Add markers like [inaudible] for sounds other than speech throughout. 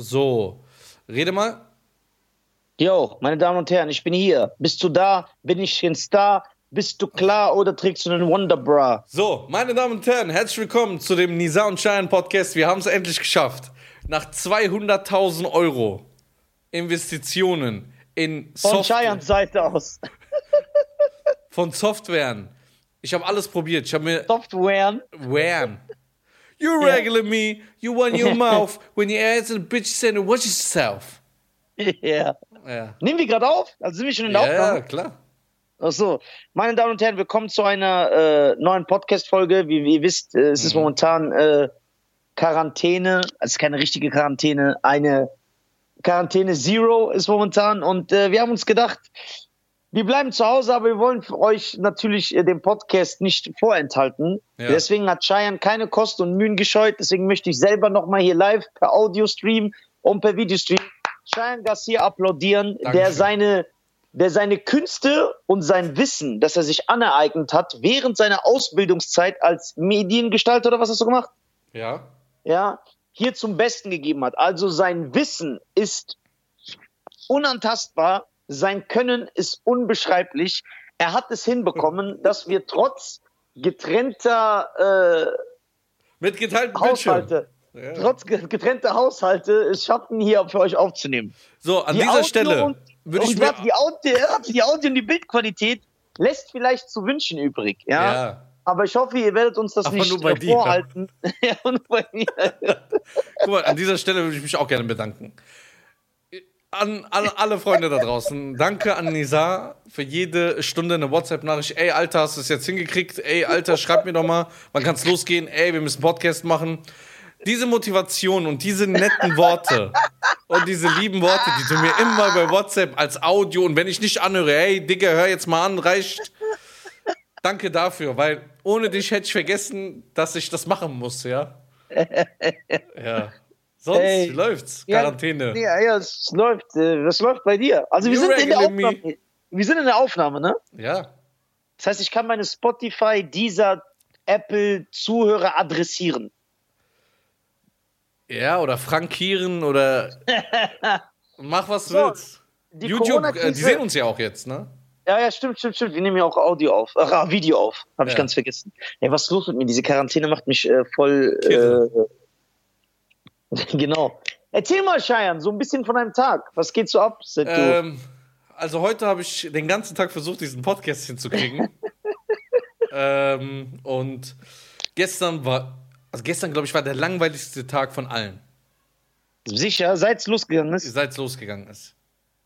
So, rede mal. Jo, meine Damen und Herren, ich bin hier. Bist du da? Bin ich ein Star? Bist du klar oder trägst du einen Wonderbra? So, meine Damen und Herren, herzlich willkommen zu dem Nisa und Schein Podcast. Wir haben es endlich geschafft. Nach 200.000 Euro Investitionen in Von Software- Scheians Seite aus. [laughs] von Softwaren. Ich habe alles probiert. Ich habe mir Software. [laughs] Wham. You regular me, you want [laughs] your mouth when your ass and bitch said watch yourself. Yeah. Ja, Nehmen wir gerade auf? Also sind wir schon in der ja, ja Aufnahme? klar. Ach so. Meine Damen und Herren, willkommen zu einer äh, neuen Podcast-Folge. Wie, wie ihr wisst, äh, es ist momentan äh, Quarantäne. Es ist keine richtige Quarantäne. Eine Quarantäne Zero ist momentan. Und äh, wir haben uns gedacht, wir bleiben zu Hause, aber wir wollen für euch natürlich äh, den Podcast nicht vorenthalten. Ja. Deswegen hat Cheyenne keine Kosten und Mühen gescheut. Deswegen möchte ich selber nochmal hier live per Audio-Stream und per Videostream Cheyenne Garcia applaudieren, der Dankeschön. seine, der seine Künste und sein Wissen, das er sich aneignet hat, während seiner Ausbildungszeit als Mediengestalter oder was hast du gemacht? Ja. ja, hier zum Besten gegeben hat. Also sein Wissen ist unantastbar, sein Können ist unbeschreiblich. Er hat es Hm. hinbekommen, dass wir trotz getrennter Mit geteilten äh, Haushalte, Bildschirm. Ja. trotz ge- getrennter Haushalte es schaffen, hier für euch aufzunehmen. So, an Die dieser Audio Stelle und- würde ich und mir. warte, die Audio, warte, die [laughs] Audio und die Bildqualität lässt vielleicht zu wünschen übrig. Ja? Ja. Aber ich hoffe, ihr werdet uns das Aber nicht nur bei äh, dir. vorhalten. [laughs] ja, nur bei mir. Guck mal, an dieser Stelle würde ich mich auch gerne bedanken. An alle, alle Freunde da draußen. Danke an Nizar für jede Stunde eine WhatsApp-Nachricht. Ey, Alter, hast du es jetzt hingekriegt? Ey, Alter, schreib mir doch mal. Wann kann's losgehen? Ey, wir müssen Podcast machen. Diese Motivation und diese netten Worte und diese lieben Worte, die du mir immer bei WhatsApp als Audio und wenn ich nicht anhöre, ey, Digga, hör jetzt mal an, reicht. Danke dafür, weil ohne dich hätte ich vergessen, dass ich das machen muss, ja. Ja. Sonst Ey. läuft's. Ja, Quarantäne. Ja, ja, es läuft. äh, Das läuft bei dir. Also wir You sind in der regular me. Aufnahme. Wir sind in der Aufnahme, ne? Ja. Das heißt, ich kann meine Spotify, dieser Apple Zuhörer adressieren. Ja, oder frankieren [laughs] oder mach was du So, willst. Die YouTube, äh, die Corona-Krise- sehen uns ja auch jetzt, ne? Ja, ja, stimmt, stimmt, stimmt. Wir nehmen ja auch Audio auf. Ach, ah, Video auf. Habe ich Ja. ganz vergessen. Ey, was ist los mit mir? Diese Quarantäne macht mich äh, voll. Äh, [laughs] genau. Erzähl mal, Cheyenne, so ein bisschen von deinem Tag. Was geht so ab? Seit du Ähm, also heute habe ich den ganzen Tag versucht, diesen Podcast [laughs] hinzukriegen. ähm, und gestern war, also gestern glaube ich war der langweiligste Tag von allen, sicher, seit's [laughs] losgegangen ist? seit es losgegangen ist.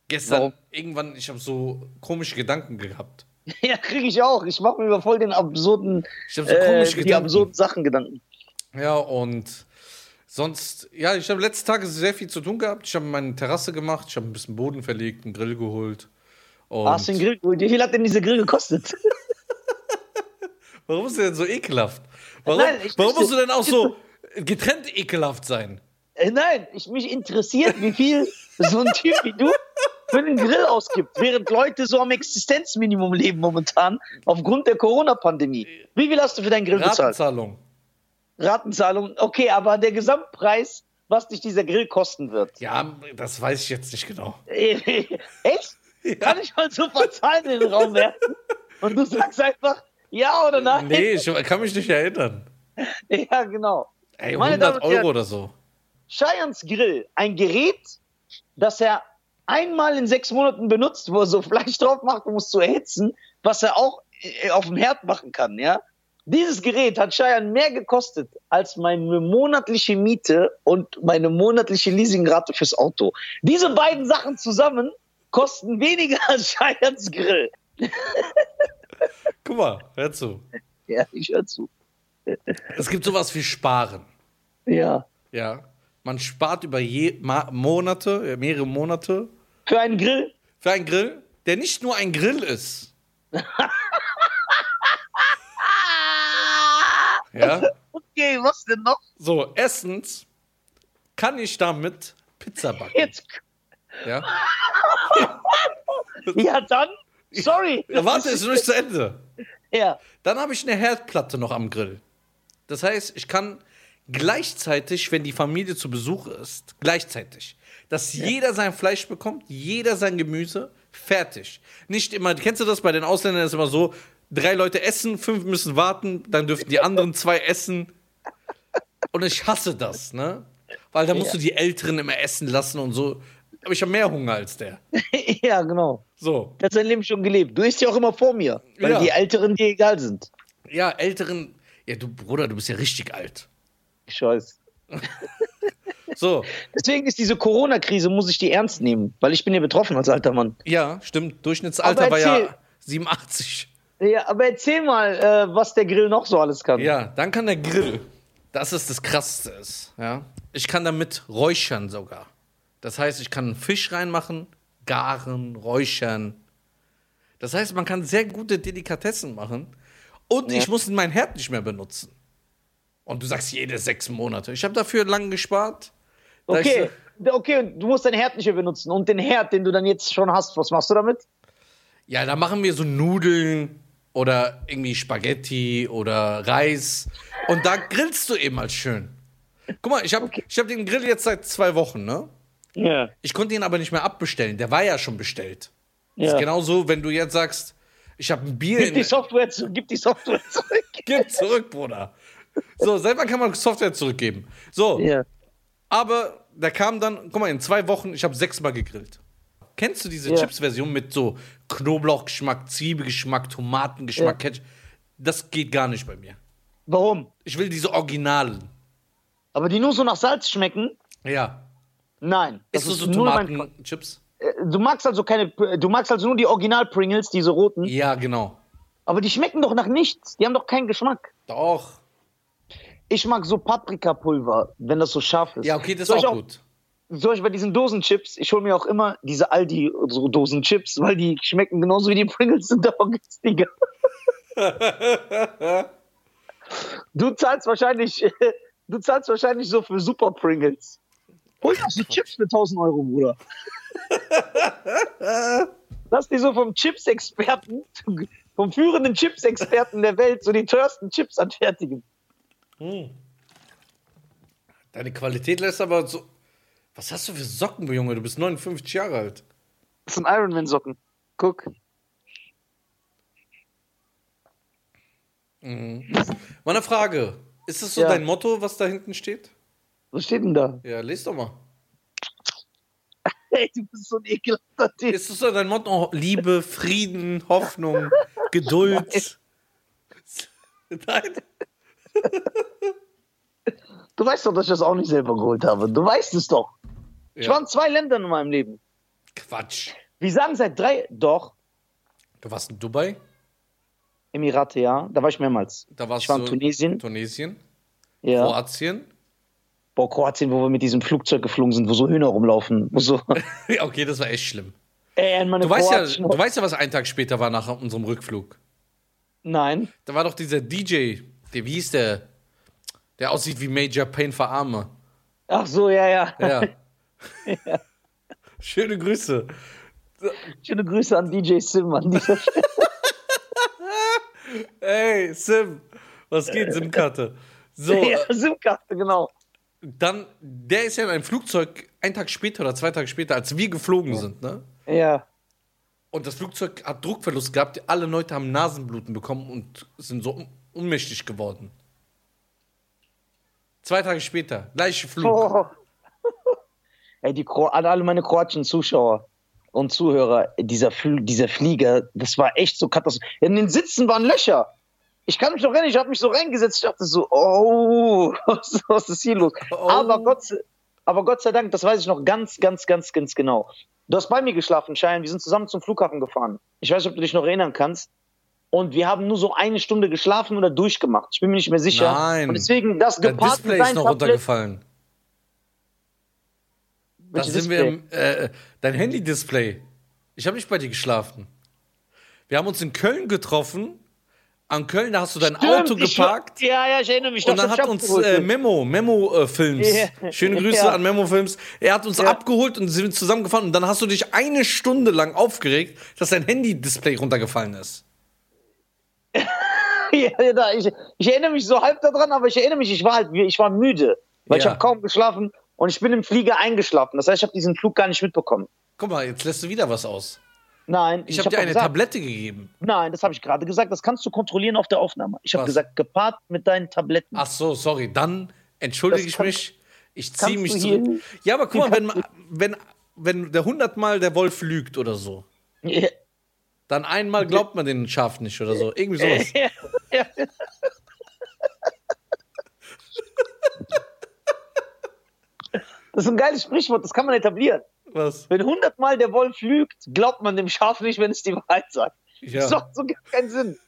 Gestern Warum? irgendwann, ich habe so komische Gedanken gehabt. Ja, kriege ich auch. Ich mache mir über voll den absurden, Ich habe so äh, komische die Gedanken. absurden Sachen Gedanken. Ja, und sonst, ja, ich habe letzten Tage sehr viel zu tun gehabt. Ich habe meine Terrasse gemacht, ich habe ein bisschen Boden verlegt, einen Grill geholt. Und Hast du den Grill geholt? Wie viel hat denn dieser Grill gekostet? Warum ist der denn so ekelhaft? Warum, Nein, ich warum möchte- musst du denn auch [laughs] so getrennt ekelhaft sein? Äh, Nein, ich, mich interessiert, wie viel so ein Typ wie du für den Grill ausgibt, während Leute so am Existenzminimum leben momentan aufgrund der Corona-Pandemie. Wie viel hast du für deinen Grill bezahlt? Ratenzahlung. Ratenzahlung. Okay, aber der Gesamtpreis, was dich dieser Grill kosten wird. Äh, Ja, das weiß ich jetzt nicht genau. [laughs] Echt? Kann ich mal so verzahlen in den Raum werfen? Und du sagst einfach ja oder nein? Nee, ich kann mich nicht erinnern. [laughs] Ja, genau. Ey, Meine Damen 100 und Herren. Euro oder so. Cheyennes Grill, ein Gerät, das er einmal in sechs Monaten benutzt, wo er so [laughs] Fleisch drauf macht, um es zu erhitzen, was er auch äh, auf dem Herd machen kann, ja. Dieses Gerät hat Cheyenne mehr gekostet als meine monatliche Miete und meine monatliche Leasingrate fürs Auto. Diese beiden Sachen zusammen kosten weniger [laughs] als Cheyennes Grill. Guck mal, hör zu. Ja, ich hör zu. Es gibt sowas wie Sparen. Ja. Ja. Man spart über je, Ma Monate, äh, mehrere Monate Für einen Grill für einen Grill, der nicht nur ein Grill ist. ja? Okay, was denn noch? So, erstens kann ich damit Pizza backen. Jetzt. Ja? Ja, dann. Sorry. Ja, Warte, ist noch nicht zu Ende. Ja. Dann habe ich eine Herdplatte noch am Grill. Das heißt, ich kann gleichzeitig, wenn die Familie zu Besuch ist, gleichzeitig, dass jeder sein Fleisch bekommt, jeder sein Gemüse, fertig. Nicht immer, kennst du das, bei den Ausländern ist immer so, drei Leute essen, fünf müssen warten, dann dürfen die anderen zwei essen. Und ich hasse das, ne? Weil da musst du die Älteren immer essen lassen und so. Aber ich habe mehr Hunger als der. [laughs] ja, genau. So. Der hat sein Leben schon gelebt. Du isst ja auch immer vor mir, weil Ja. die Älteren dir egal sind. Ja, Älteren. Ja, du Bruder, du bist ja richtig alt. Ich weiß. So. Deswegen ist diese Corona-Krise, muss ich die ernst nehmen, weil ich bin ja betroffen als alter Mann. Ja, stimmt. Durchschnittsalter Aber war ja erzähl. 87. Ja, aber erzähl mal, äh, was der Grill noch so alles kann. Ja, dann kann der Grill. Das ist das Krasseste. Ist, ja? Ich kann damit räuchern sogar. Das heißt, ich kann einen Fisch reinmachen, garen, räuchern. Das heißt, man kann sehr gute Delikatessen machen. Und ich muss meinen Herd nicht mehr benutzen. Und du sagst jede sechs Monate. Ich habe dafür lang gespart. Da ich Okay, so- okay, und du musst deinen Herd nicht mehr benutzen. Und den Herd, den du dann jetzt schon hast, was machst du damit? Ja, da machen wir so Nudeln oder irgendwie Spaghetti oder Reis. Und da grillst du eben mal schön. Guck mal, ich habe ich hab den Grill jetzt seit zwei Wochen, ne? Ja. Ich konnte ihn aber nicht mehr abbestellen. Der war ja schon bestellt. ja. Ist genau genauso, wenn du jetzt sagst, ich habe ein Bier Gib die in. Software zu, gib die Software [laughs] zurück. Gib zurück, Bruder. So, seit wann kann man Software zurückgeben? So, ja. aber da kam dann, guck mal, in zwei Wochen, ich habe sechsmal gegrillt. Kennst du diese Ja. Chips-Version mit so Knoblauchgeschmack, Zwiebelgeschmack, Tomatengeschmack, Ketchup? Das geht gar nicht bei mir. Warum? Ich will diese Originalen. Aber die nur so nach Salz schmecken? Ja. Nein. Ist das so mein. Tomatenchips? Äh, Du magst also keine. Du magst also nur die Original-Pringles, diese roten. Ja, genau. Aber die schmecken doch nach nichts. Die haben doch keinen Geschmack. Doch. Ich mag so Paprikapulver, wenn das so scharf ist. Ja, okay, das Soll ist ich auch gut. Soll ich bei diesen Dosenchips, ich hole mir auch immer diese Aldi-Dosenchips, weil die schmecken genauso wie die Pringles, sind aber günstiger. du zahlst wahrscheinlich, [laughs] äh, du zahlst wahrscheinlich so für Super Pringles. Hol doch so Chips für 1000 Euro, Bruder. Lass dir so vom Chips-Experten, vom führenden Chips-Experten der Welt so die teuersten Chips anfertigen. Hm. Deine Qualität lässt aber so. Was hast du für Socken, Junge? Du bist 59 Jahre alt. Das sind Ironman-Socken. Guck. Meine Frage: Ist das so Ja. dein Motto, was da hinten steht? Was steht denn da? Ja, lest doch mal. Ey, du bist so ein ekelhafter Typ. Ist das so dein Motto? Liebe, Frieden, [laughs] Hoffnung, Geduld. Nein. Du weißt doch, dass ich das auch nicht selber geholt habe. Du weißt es doch. Ich war Ja. in zwei Ländern in meinem Leben. Quatsch. Wir sagen seit drei, doch, Du warst in Dubai, Emirate, ja. Da war ich mehrmals. da warst Ich war du in Tunesien, Tunesien, ja. Kroatien. [laughs] Boah, Kroatien, wo wir mit diesem Flugzeug geflogen sind, wo so Hühner rumlaufen. [laughs] Wo so, Ja, okay, das war echt schlimm. ey, in meine Du weißt, ja, Kroatien. du weißt ja, was ein Tag später war nach unserem Rückflug. Nein. Da war doch dieser DJ, der, wie hieß der? Der aussieht wie Major Payne für Arme. Ach so, ja, ja. Ja. [laughs] Schöne Grüße. Schöne Grüße an DJ Sim an dieser Stelle. Ey, Sim. Was [laughs] geht, Simkarte? So, ja, äh, SIM-Karte, genau. dann, der ist ja in einem Flugzeug einen Tag später oder zwei Tage später, als wir geflogen sind, ne? Ja. Und das Flugzeug hat Druckverlust gehabt. Alle Leute haben Nasenbluten bekommen und sind so un- ohnmächtig geworden. Zwei Tage später, gleiche Flug. Oh. [laughs] Ey, die Kro an alle meine kroatischen Zuschauer und Zuhörer, dieser, Fl dieser Flieger, das war echt so katastrophal. In den Sitzen waren Löcher. Ich kann mich noch erinnern, ich habe mich so reingesetzt, ich dachte so, oh, [laughs] was, was ist hier los? Oh. Aber, Gott, sei- aber Gott sei Dank, das weiß ich noch ganz, ganz, ganz, ganz genau. Du hast bei mir geschlafen, Schein. Wir sind zusammen zum Flughafen gefahren. Ich weiß nicht, ob du dich noch erinnern kannst. Und wir haben nur so eine Stunde geschlafen oder durchgemacht. Ich bin mir nicht mehr sicher. Nein. Und deswegen das Das gepaart Display ist noch Tablet- runtergefallen. Da Welches sind wir im, äh, dein Handy-Display. Ich habe nicht bei dir geschlafen. Wir haben uns in Köln getroffen. An Köln, da hast du dein Stimmt, Auto ich- geparkt. Ja, ja, ich erinnere mich. Und doch, dann dass hat ich uns abgeholt [laughs] äh, bin. Memo, Memo äh, Films, Ja. schöne Grüße Ja. an Memo Films, er hat uns abgeholt und sind zusammengefahren und dann hast du dich eine Stunde lang aufgeregt, dass dein Handy-Display runtergefallen ist. ja, da, ich, ich erinnere mich so halb daran, aber ich erinnere mich, ich war halt, ich war müde, weil ich Ja. habe kaum geschlafen und ich bin im Flieger eingeschlafen. Das heißt, ich habe diesen Flug gar nicht mitbekommen. Guck mal, jetzt lässt du wieder was aus. Nein, Ich, habe doch dir eine gesagt, Tablette gegeben. Nein, das habe ich gerade gesagt. Das kannst du kontrollieren auf der Aufnahme. Ich habe Was? Ah. gesagt, gepaart mit deinen Tabletten. Ach so, sorry. Dann entschuldige Das ich kann- mich. Ich kannst ziehe mich du hier zurück. nicht. Ja, aber guck mal, wenn, man- wenn, wenn der hundertmal der Wolf lügt oder so, Ja. dann einmal glaubt man den Schaf nicht oder so. Irgendwie sowas. [laughs] Ja. Das ist ein geiles Sprichwort, das kann man etablieren. Was? Wenn hundertmal der Wolf lügt, glaubt man dem Schaf nicht, wenn es die Wahrheit sagt. Das Ja. macht so gar keinen Sinn.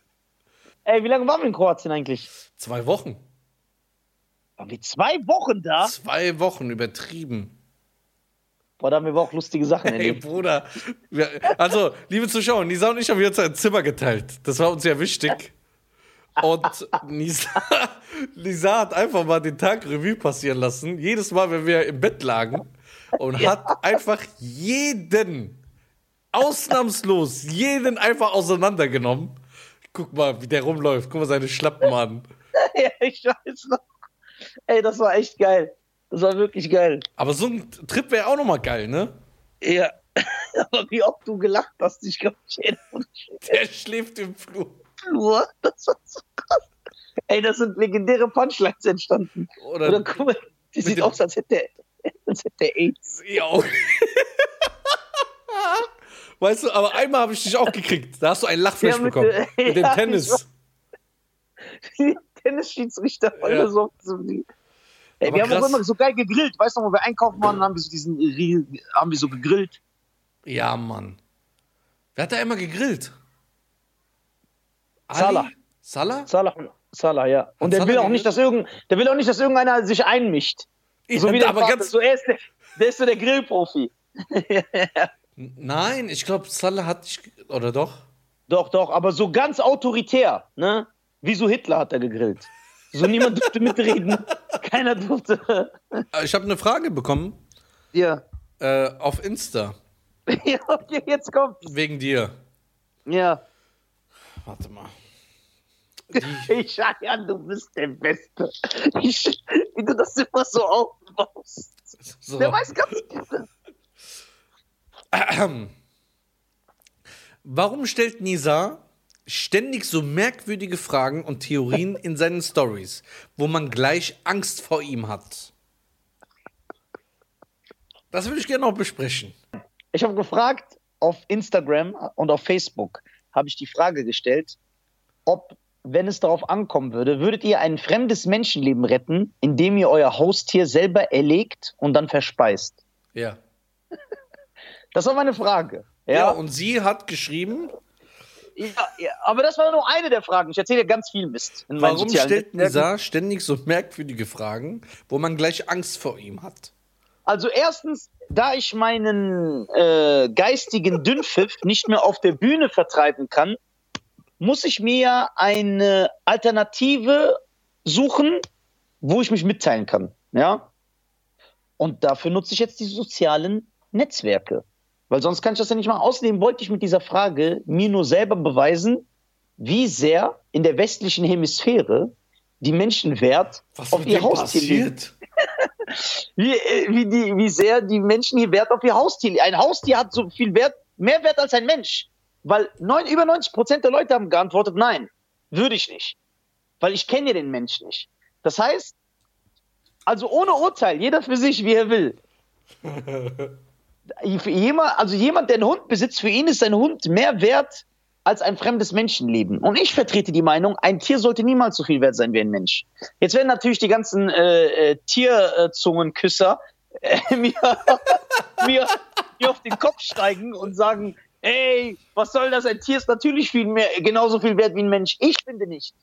Ey, wie lange waren wir in Kroatien eigentlich? Zwei Wochen. Waren wir zwei Wochen da? Zwei Wochen übertrieben. Boah, da haben wir aber auch lustige Sachen Ey, erlebt. Bruder. Wir- Also, liebe Zuschauer, Nisa und ich haben jetzt ein Zimmer geteilt. Das war uns sehr wichtig. Und Nisa, [laughs] Nisa hat einfach mal den Tag Revue passieren lassen. Jedes Mal, wenn wir im Bett lagen. Und hat einfach jeden, ausnahmslos, jeden einfach auseinandergenommen. Guck mal, wie der rumläuft. Guck mal seine Schlappen an. [laughs] Ja, ich weiß noch. Ey, das war echt geil. Das war wirklich geil. Aber so ein Trip wäre auch nochmal geil, ne? Ja. [laughs] Aber wie oft du gelacht hast, ich glaube, ich erinnere mich. Der schläft im Flur. Flur. Das war so krass. Ey, das sind legendäre Punchlines entstanden. Oder, Oder guck mal, die mit sieht dem- aus, als hätte er als hätte er AIDS. Ja. Weißt du, aber einmal habe ich dich auch gekriegt. Da hast du einen Lachflash Ja, mit bekommen. der- mit dem [laughs] Ja, ich Tennis. weiß. [laughs] Die Tennisschiedsrichter alle Ja. so auf dem Lied. Ey, Aber wir haben krass. auch immer so geil gegrillt. Weißt du, wo wir einkaufen waren, haben wir so diesen riesen- haben wir so gegrillt. Ja, Mann. Wer hat da immer gegrillt? Ali? Salah. Salah? Salah, Salah, ja. Und der Salah will auch gegrillt? nicht, dass irgend, der will auch nicht, dass irgendeiner sich einmischt. So wie Ja, der aber Vater. ganz. so, er ist der, der ist so der Grillprofi. Nein, ich glaube, Salah hat dich. Oder doch? Doch, doch, aber so ganz autoritär, ne? Wie so Hitler hat er gegrillt. [laughs] So niemand durfte mitreden. Keiner durfte. Äh, Ich habe eine Frage bekommen Ja. äh, auf Insta [laughs] ja, okay, jetzt kommt. wegen dir. Ja. Warte mal. Ich, ja, du bist der Beste. Ich, wie du das immer so aufbaust. So. Der weiß ganz genau. Warum stellt Nisa ständig so merkwürdige Fragen und Theorien in seinen Stories, wo man gleich Angst vor ihm hat? Das würde ich gerne noch besprechen. Ich habe gefragt auf Instagram und auf Facebook, habe ich die Frage gestellt, ob, wenn es darauf ankommen würde, würdet ihr ein fremdes Menschenleben retten, indem ihr euer Haustier selber erlegt und dann verspeist? Ja. Das war meine Frage. Ja, Ja, und sie hat geschrieben, ja, ja, aber das war nur eine der Fragen. Ich erzähle dir ganz viel Mist. In meinen warum sozialen stellt Netzwerken. Nisa ständig so merkwürdige Fragen, wo man gleich Angst vor ihm hat? Also erstens, da ich meinen äh, geistigen Dünnpfiff nicht mehr auf der Bühne vertreiben kann, muss ich mir eine Alternative suchen, wo ich mich mitteilen kann. Ja? Und dafür nutze ich jetzt die sozialen Netzwerke. Weil sonst kann ich das ja nicht machen. Außerdem wollte ich mit dieser Frage mir nur selber beweisen, wie sehr in der westlichen Hemisphäre die Menschen Wert Was auf mit ihr dem Haustier legen passiert? wie, äh, wie, die, wie sehr die Menschen hier Wert auf ihr Haustier legen. Ein Haustier hat so viel Wert, mehr Wert als ein Mensch. Weil neun, über 90 Prozent der Leute haben geantwortet, nein, würde ich nicht. Weil ich kenne ja den Menschen nicht. Das heißt, also ohne Urteil, jeder für sich, wie er will. Für Jemand, also jemand, der einen Hund besitzt, für ihn ist ein Hund mehr wert als ein fremdes Menschenleben. Und ich vertrete die Meinung, ein Tier sollte niemals so viel wert sein wie ein Mensch. Jetzt werden natürlich die ganzen äh, äh, Tierzungenküsser äh, [laughs] mir, mir, mir auf den Kopf steigen und sagen, ey, was soll das? Ein Tier ist natürlich viel mehr, genauso viel wert wie ein Mensch. Ich finde nicht.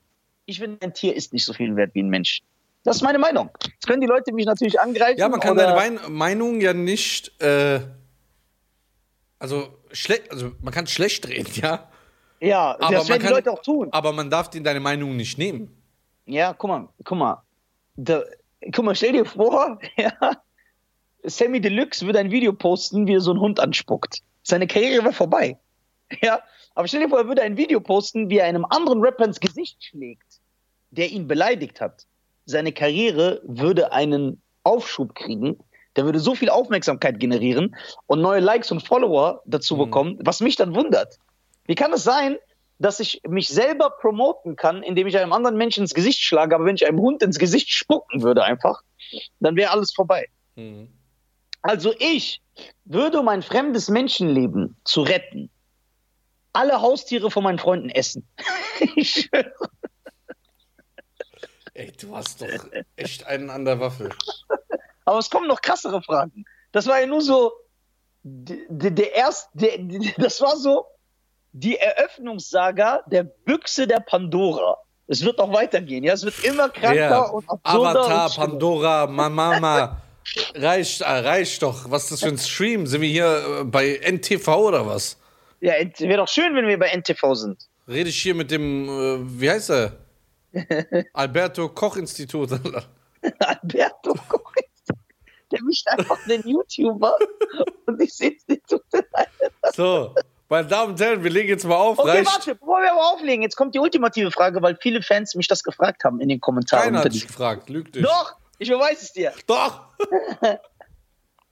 Ich finde, ein Tier ist nicht so viel wert wie ein Mensch. Das ist meine Meinung. Jetzt können die Leute mich natürlich angreifen. Ja, man kann oder- seine Wein- Meinung ja nicht, äh, also, schle- also man kann schlecht reden, ja. Ja, Aber man das werden die kann, Leute auch tun. Aber man darf dir deine Meinung nicht nehmen. Ja, guck mal, guck mal. Da, guck mal, stell dir vor, [laughs] ja, Sammy Deluxe würde ein Video posten, wie er so einen Hund anspuckt. Seine Karriere wäre vorbei. [laughs] Ja, aber stell dir vor, er würde ein Video posten, wie er einem anderen Rapper ins Gesicht schlägt, der ihn beleidigt hat. Seine Karriere würde einen Aufschub kriegen. Der würde so viel Aufmerksamkeit generieren und neue Likes und Follower dazu bekommen, was mich dann wundert. Wie kann es sein, dass ich mich selber promoten kann, indem ich einem anderen Menschen ins Gesicht schlage, aber wenn ich einem Hund ins Gesicht spucken würde einfach, dann wäre alles vorbei. Mhm. Also ich würde, um ein fremdes Menschenleben zu retten, alle Haustiere von meinen Freunden essen. [laughs] ich schwöre. Ey, du hast doch echt einen an der Waffel. Aber es kommen noch krassere Fragen. Das war ja nur so d- d- der erste, der- [laughs] d- das war so die Eröffnungssaga der Büchse der Pandora. Es wird noch weitergehen, ja. Es wird immer kranker Ja. und absurder. Avatar, und schlimmer. Pandora, Ma- Mama. Reicht, äh, reicht doch. Was ist das für ein Stream? Sind wir hier äh, bei NTV oder was? Ja, wäre doch schön, wenn wir bei NTV sind. [laughs] Rede ich hier mit dem, äh, wie heißt er? Alberto Koch Institut. Alberto Correa, der mischt einfach [laughs] den YouTuber und ich sitze nicht zu so, meine Damen und Herren, wir legen jetzt mal auf. Okay, reicht. warte, bevor wir aber auflegen, jetzt kommt die ultimative Frage, weil viele Fans mich das gefragt haben in den Kommentaren. Keiner unter hat die- dich gefragt. Lüg dich. Doch, ich beweise es dir. Doch.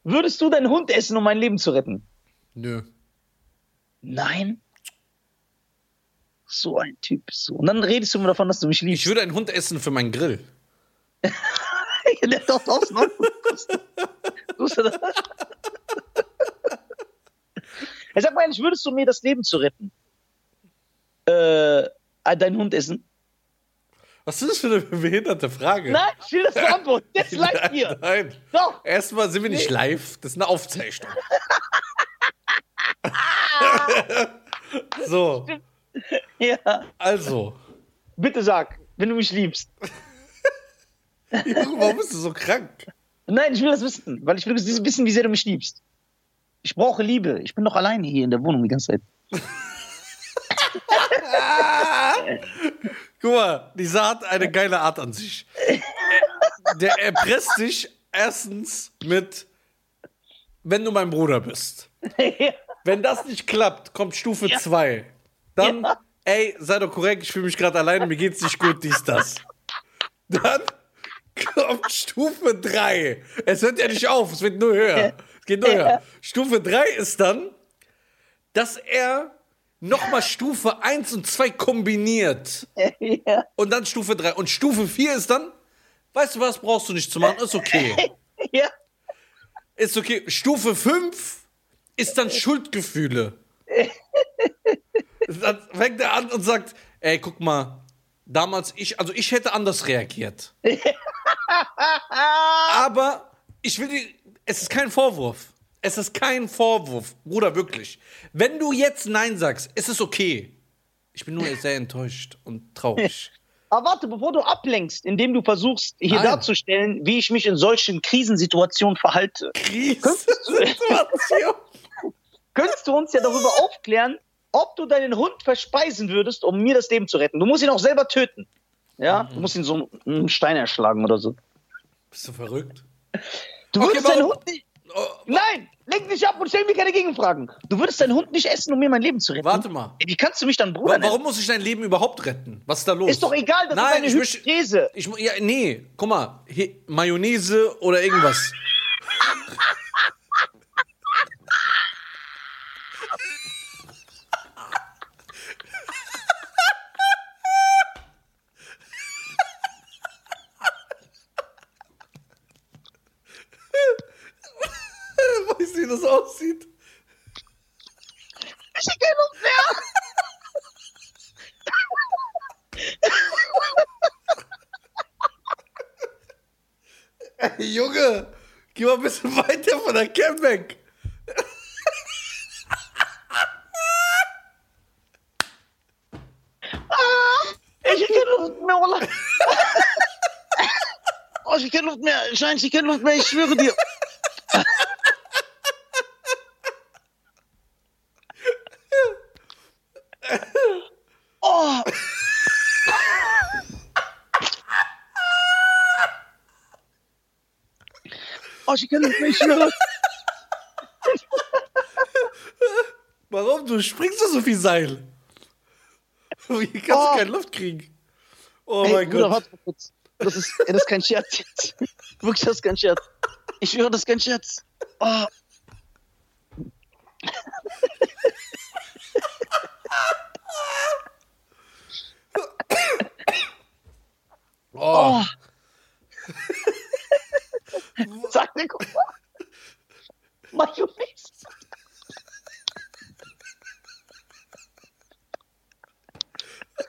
Würdest du deinen Hund essen, um mein Leben zu retten? Nö. Nein. So ein Typ. bist du. Und dann redest du mir davon, dass du mich Ich liebst. [laughs] würde einen Hund essen für meinen Grill. Der hat doch 1000 Euro gekostet. [laughs] Du hast ja das- Ja, Sag mal ehrlich, würdest du mir das Leben zu retten? Äh, deinen Hund essen? Was ist das für eine behinderte Frage? Nein, ich will das beantworten. [laughs] Jetzt live hier. Nein. Doch. Erstmal sind wir nicht live, das ist eine [laughs] Aufzeichnung. so, Ja. also. Bitte sag, wenn du mich liebst. Junge, Warum bist du so krank? Nein, ich will das wissen, weil ich will wissen, wie sehr du mich liebst. Ich brauche Liebe. Ich bin doch alleine hier in der Wohnung die ganze Zeit. Guck mal, dieser hat eine geile Art an sich. Er- Der erpresst dich erstens mit, wenn du mein Bruder bist. Wenn das nicht klappt, kommt Stufe 2. Dann, Ja. ey, sei doch korrekt, ich fühle mich gerade alleine, mir geht's nicht gut, dies, das. Dann kommt Stufe 3. Es hört ja nicht auf, es wird nur höher. Es geht nur höher. Stufe 3 ist dann, dass er nochmal Stufe 1 und 2 kombiniert. ja. Und dann Stufe 3. Und Stufe 4 ist dann, weißt du was, brauchst du nicht zu machen, ist okay. ja. Ist okay. Stufe 5 ist dann Schuldgefühle. dann fängt er an und sagt, ey, guck mal, damals ich, also ich hätte anders reagiert. Aber ich will dir, es ist kein Vorwurf. Es ist kein Vorwurf, Bruder, wirklich. Wenn du jetzt Nein sagst, ist es okay. Ich bin nur sehr enttäuscht und traurig. Aber warte, bevor du ablenkst, indem du versuchst, hier Nein. darzustellen, wie ich mich in solchen Krisensituationen verhalte, [laughs] Krisensituation. könntest du uns ja darüber aufklären, ob du deinen Hund verspeisen würdest, um mir das Leben zu retten. Du musst ihn auch selber töten. Ja, du musst ihn so einen Stein erschlagen oder so. Bist du verrückt? Oh, Du Okay, würdest warum- deinen Hund nicht. Nein, lenk dich ab und stell mir keine Gegenfragen. Du würdest deinen Hund nicht essen, um mir mein Leben zu retten. Warte mal. Ey, Wie kannst du mich dann Bruder Wa- nennen? Warum muss ich dein Leben überhaupt retten? Was ist da los? Ist doch egal, das Nein, ist ich eine möchte- Hypothese. Ich, mu- ja, nee, guck mal, He Mayonnaise oder [laughs] irgendwas. Weißt du, wie das aussieht? Ich hab keinen Hund mehr. Hey, Junge, geh mal ein bisschen weiter von der Cam weg. Ich hab keine Luft mehr, Ola. Oh, ich hab keine Luft mehr. Schein, ich hab keine Luft mehr, ich schwöre dir. [laughs] Oh. Oh, ich hab keine Luft mehr, ich schwöre. Warum? Du springst ja so viel Seil. [laughs] Wie kannst Oh. du keine Luft kriegen? Oh Ey, mein Bruder, Gott. warte mal kurz. Das ist, ey, das ist kein Scherz jetzt. Wirklich, das ist kein Scherz. Ich höre, das ist kein Scherz. Oh. Oh. Sag mir, guck mal. Mayonnaise.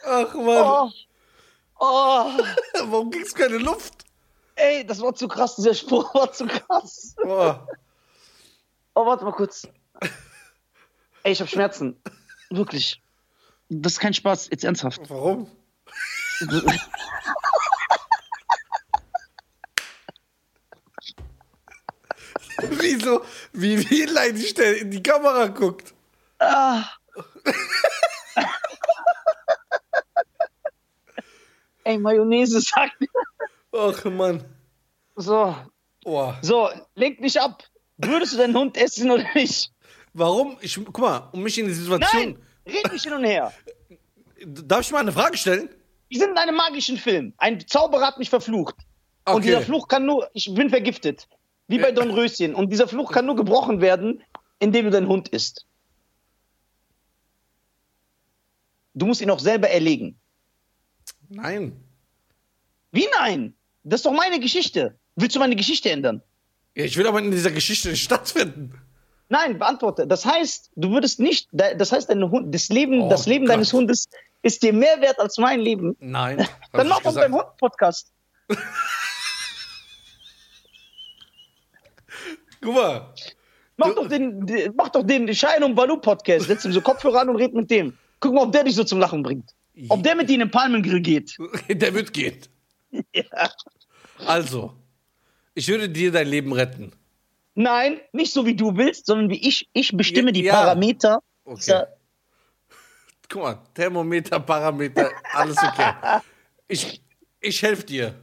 Ach man, Oh. Oh. [laughs] warum kriegst du keine Luft? Ey, das war zu krass, dieser Spruch war zu krass. Oh. Oh, warte mal kurz. Ey, ich habe Schmerzen. Wirklich. Das ist kein Spaß, jetzt ernsthaft. Warum? [laughs] Wieso? Wie, wie leidig der in die Kamera guckt. Ah. Ey, Mayonnaise sagt. Ach Mann. So, Oh. so, lenk mich ab. Würdest du deinen Hund essen oder nicht? Warum? Ich, guck mal, um mich in die Situation. Nein! Red nicht hin und her. Darf ich mal eine Frage stellen? Wir sind in einem magischen Film. Ein Zauberer hat mich verflucht. Und Okay. dieser Fluch kann nur, ich bin vergiftet. Wie bei Don Röschen. Und dieser Fluch kann nur gebrochen werden, indem du deinen Hund isst. Du musst ihn auch selber erlegen. Nein. Wie nein? Das ist doch meine Geschichte. Willst du meine Geschichte ändern? Ja, ich will aber in dieser Geschichte nicht stattfinden. Nein, beantworte. Das heißt, du würdest nicht, de- das heißt, dein Hund, das Leben, Oh das Leben Gott. deines Hundes ist dir mehr wert als mein Leben. Nein. hab [laughs] Dann ich mach doch gesagt. beim Hund-Podcast. Guck mal. [laughs] Mach doch den, de- mach doch den Schein und Balu Podcast. Setz ihm so Kopfhörer an und red mit dem. Guck mal, ob der dich so zum Lachen bringt. Ob der mit dir in den Palmengrill geht. Der wird gehen. Ja. Also, ich würde dir dein Leben retten. [laughs] Nein, nicht so wie du willst, sondern wie ich. Ich bestimme die Ja. Parameter. Okay. Guck mal, Thermometer, Parameter, alles [laughs] okay. Ich, ich helfe dir.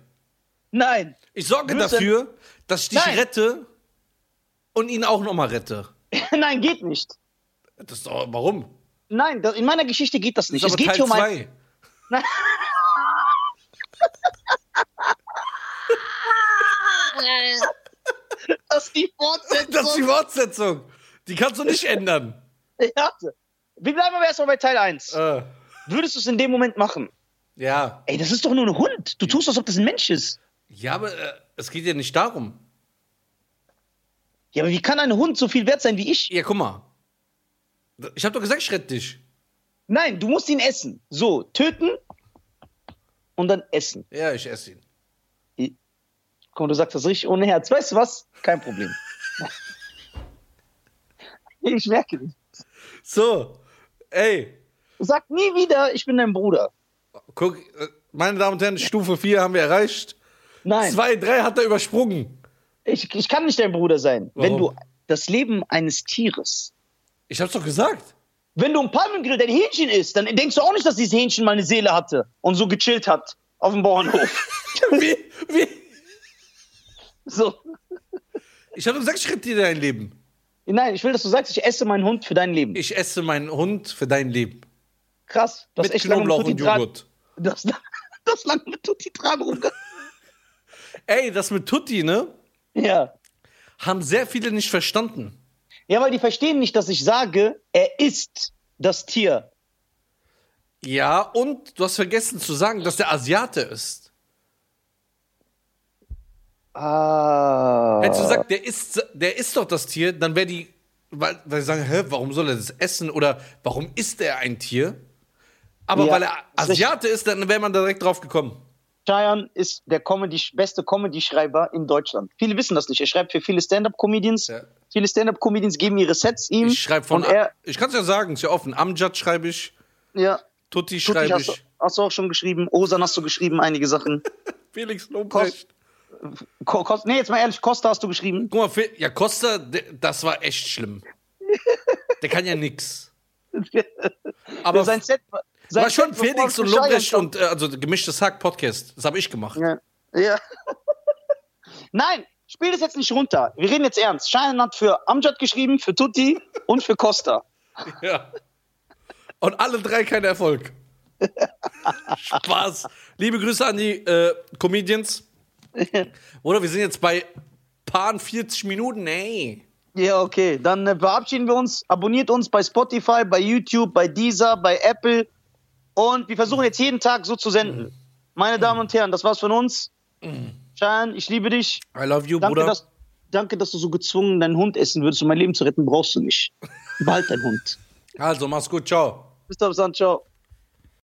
Nein. [laughs] Ich sorge Würdest du- dafür, dass ich dich Nein. rette und ihn auch nochmal rette. Nein, geht nicht. Das ist doch, warum? Nein, da- in meiner Geschichte geht das Das nicht. ist aber es Teil geht hier um ein, 2. [laughs] das ist die Fortsetzung. Das ist die Fortsetzung. Die kannst du [laughs] nicht ändern. Ja. Wir bleiben aber erstmal bei Teil 1. Äh, Würdest du es in dem Moment machen? ja. Ey, das ist doch nur ein Hund. Du tust, als ob das ein Mensch ist. Ja, aber äh, es geht ja nicht darum. Ja, aber wie kann ein Hund so viel wert sein wie ich? Ja, guck mal. Ich habe doch gesagt, ich rette dich. Nein, du musst ihn essen. So, töten und dann essen. Ja, ich esse ihn. Komm, du sagst das richtig ohne Herz. Weißt du was? [laughs] Kein Problem. ich merke dich. So, ey, Sag nie wieder, ich bin dein Bruder. Guck, äh, meine Damen und Herren, Stufe 4 haben wir erreicht. Nein, 2, 3 hat er übersprungen. ich, ich kann nicht dein Bruder sein. Wenn Warum? du das Leben eines Tieres, Ich hab's doch gesagt. wenn du im Palmengrill dein Hähnchen isst, dann denkst du auch nicht, dass dieses Hähnchen mal eine Seele hatte und so gechillt hat auf dem [laughs] Bauernhof. Wie, wie? so. Ich hab doch gesagt, ich rette dir dein Leben. Nein, ich will, dass du sagst, ich esse meinen Hund für dein Leben. Ich esse meinen Hund für dein Leben. Krass. Du hast Mit echt lange Knoblauch mit Tutti und Tran- Joghurt. Du [laughs] hast, du hast lange mit Tutti ne? Tran rumge... Ey, das mit Tutti, ne? Ja. Haben sehr viele nicht verstanden. Ja, weil die verstehen nicht, dass ich sage, er ist das Tier. Ja, und du hast vergessen zu sagen, dass der Asiate ist. Ah. Hättest du gesagt, der ist, der ist doch das Tier, dann wäre die. Weil, weil sie sagen, hä, warum soll er das essen? Oder warum ist er ein Tier? Aber Ja, weil er ist richtig. Asiate ist, dann wäre man direkt drauf gekommen. Cheyenne ist der Comedy, beste Comedy-Schreiber in Deutschland. Viele wissen das nicht. Er schreibt für viele Stand-Up-Comedians. Ja. Viele Stand-Up-Comedians geben ihre Sets ihm. Ich schreibe von. Hm. Und er, ich kann es ja sagen, ist ja offen. Amjad schreibe ich, ja, Tutti Tutti schreibe hast, ich, du- hast du auch schon geschrieben. Osan hast du geschrieben, einige Sachen. Felix Lobrecht. Ko Kost, nee, jetzt mal ehrlich, Costa hast du geschrieben. Guck mal, Fe ja, Costa, de- das war echt [laughs] schlimm. der kann ja nix. Aber sein Set war, sein war schon Set, bevor Felix es zu und Cheyenne Lobrecht kam. und äh, also gemischtes Hack Podcast. Das habe ich gemacht. Ja. ja. [laughs] Nein, spiel das jetzt nicht runter. Wir reden jetzt ernst. Cheyenne hat für Amjad geschrieben, für Tutti und für Costa. Ja. Und alle drei kein Erfolg. Spaß. Liebe Grüße an die äh, Comedians. Oder wir sind jetzt bei paar 40 Minuten, ey. Ja, okay. Dann äh, verabschieden wir uns. Abonniert uns bei Spotify, bei YouTube, bei Deezer, bei Apple. Und wir versuchen jetzt jeden Tag so zu senden. Meine Damen und Herren, das war's von uns. Chan, ich liebe dich. I love you, Danke Bruder. dass, danke, dass du so gezwungen deinen Hund essen würdest, um mein Leben zu retten, brauchst du nicht. Behalt deinen Hund. Also, mach's gut, ciao. Bis dann, bis dann, ciao.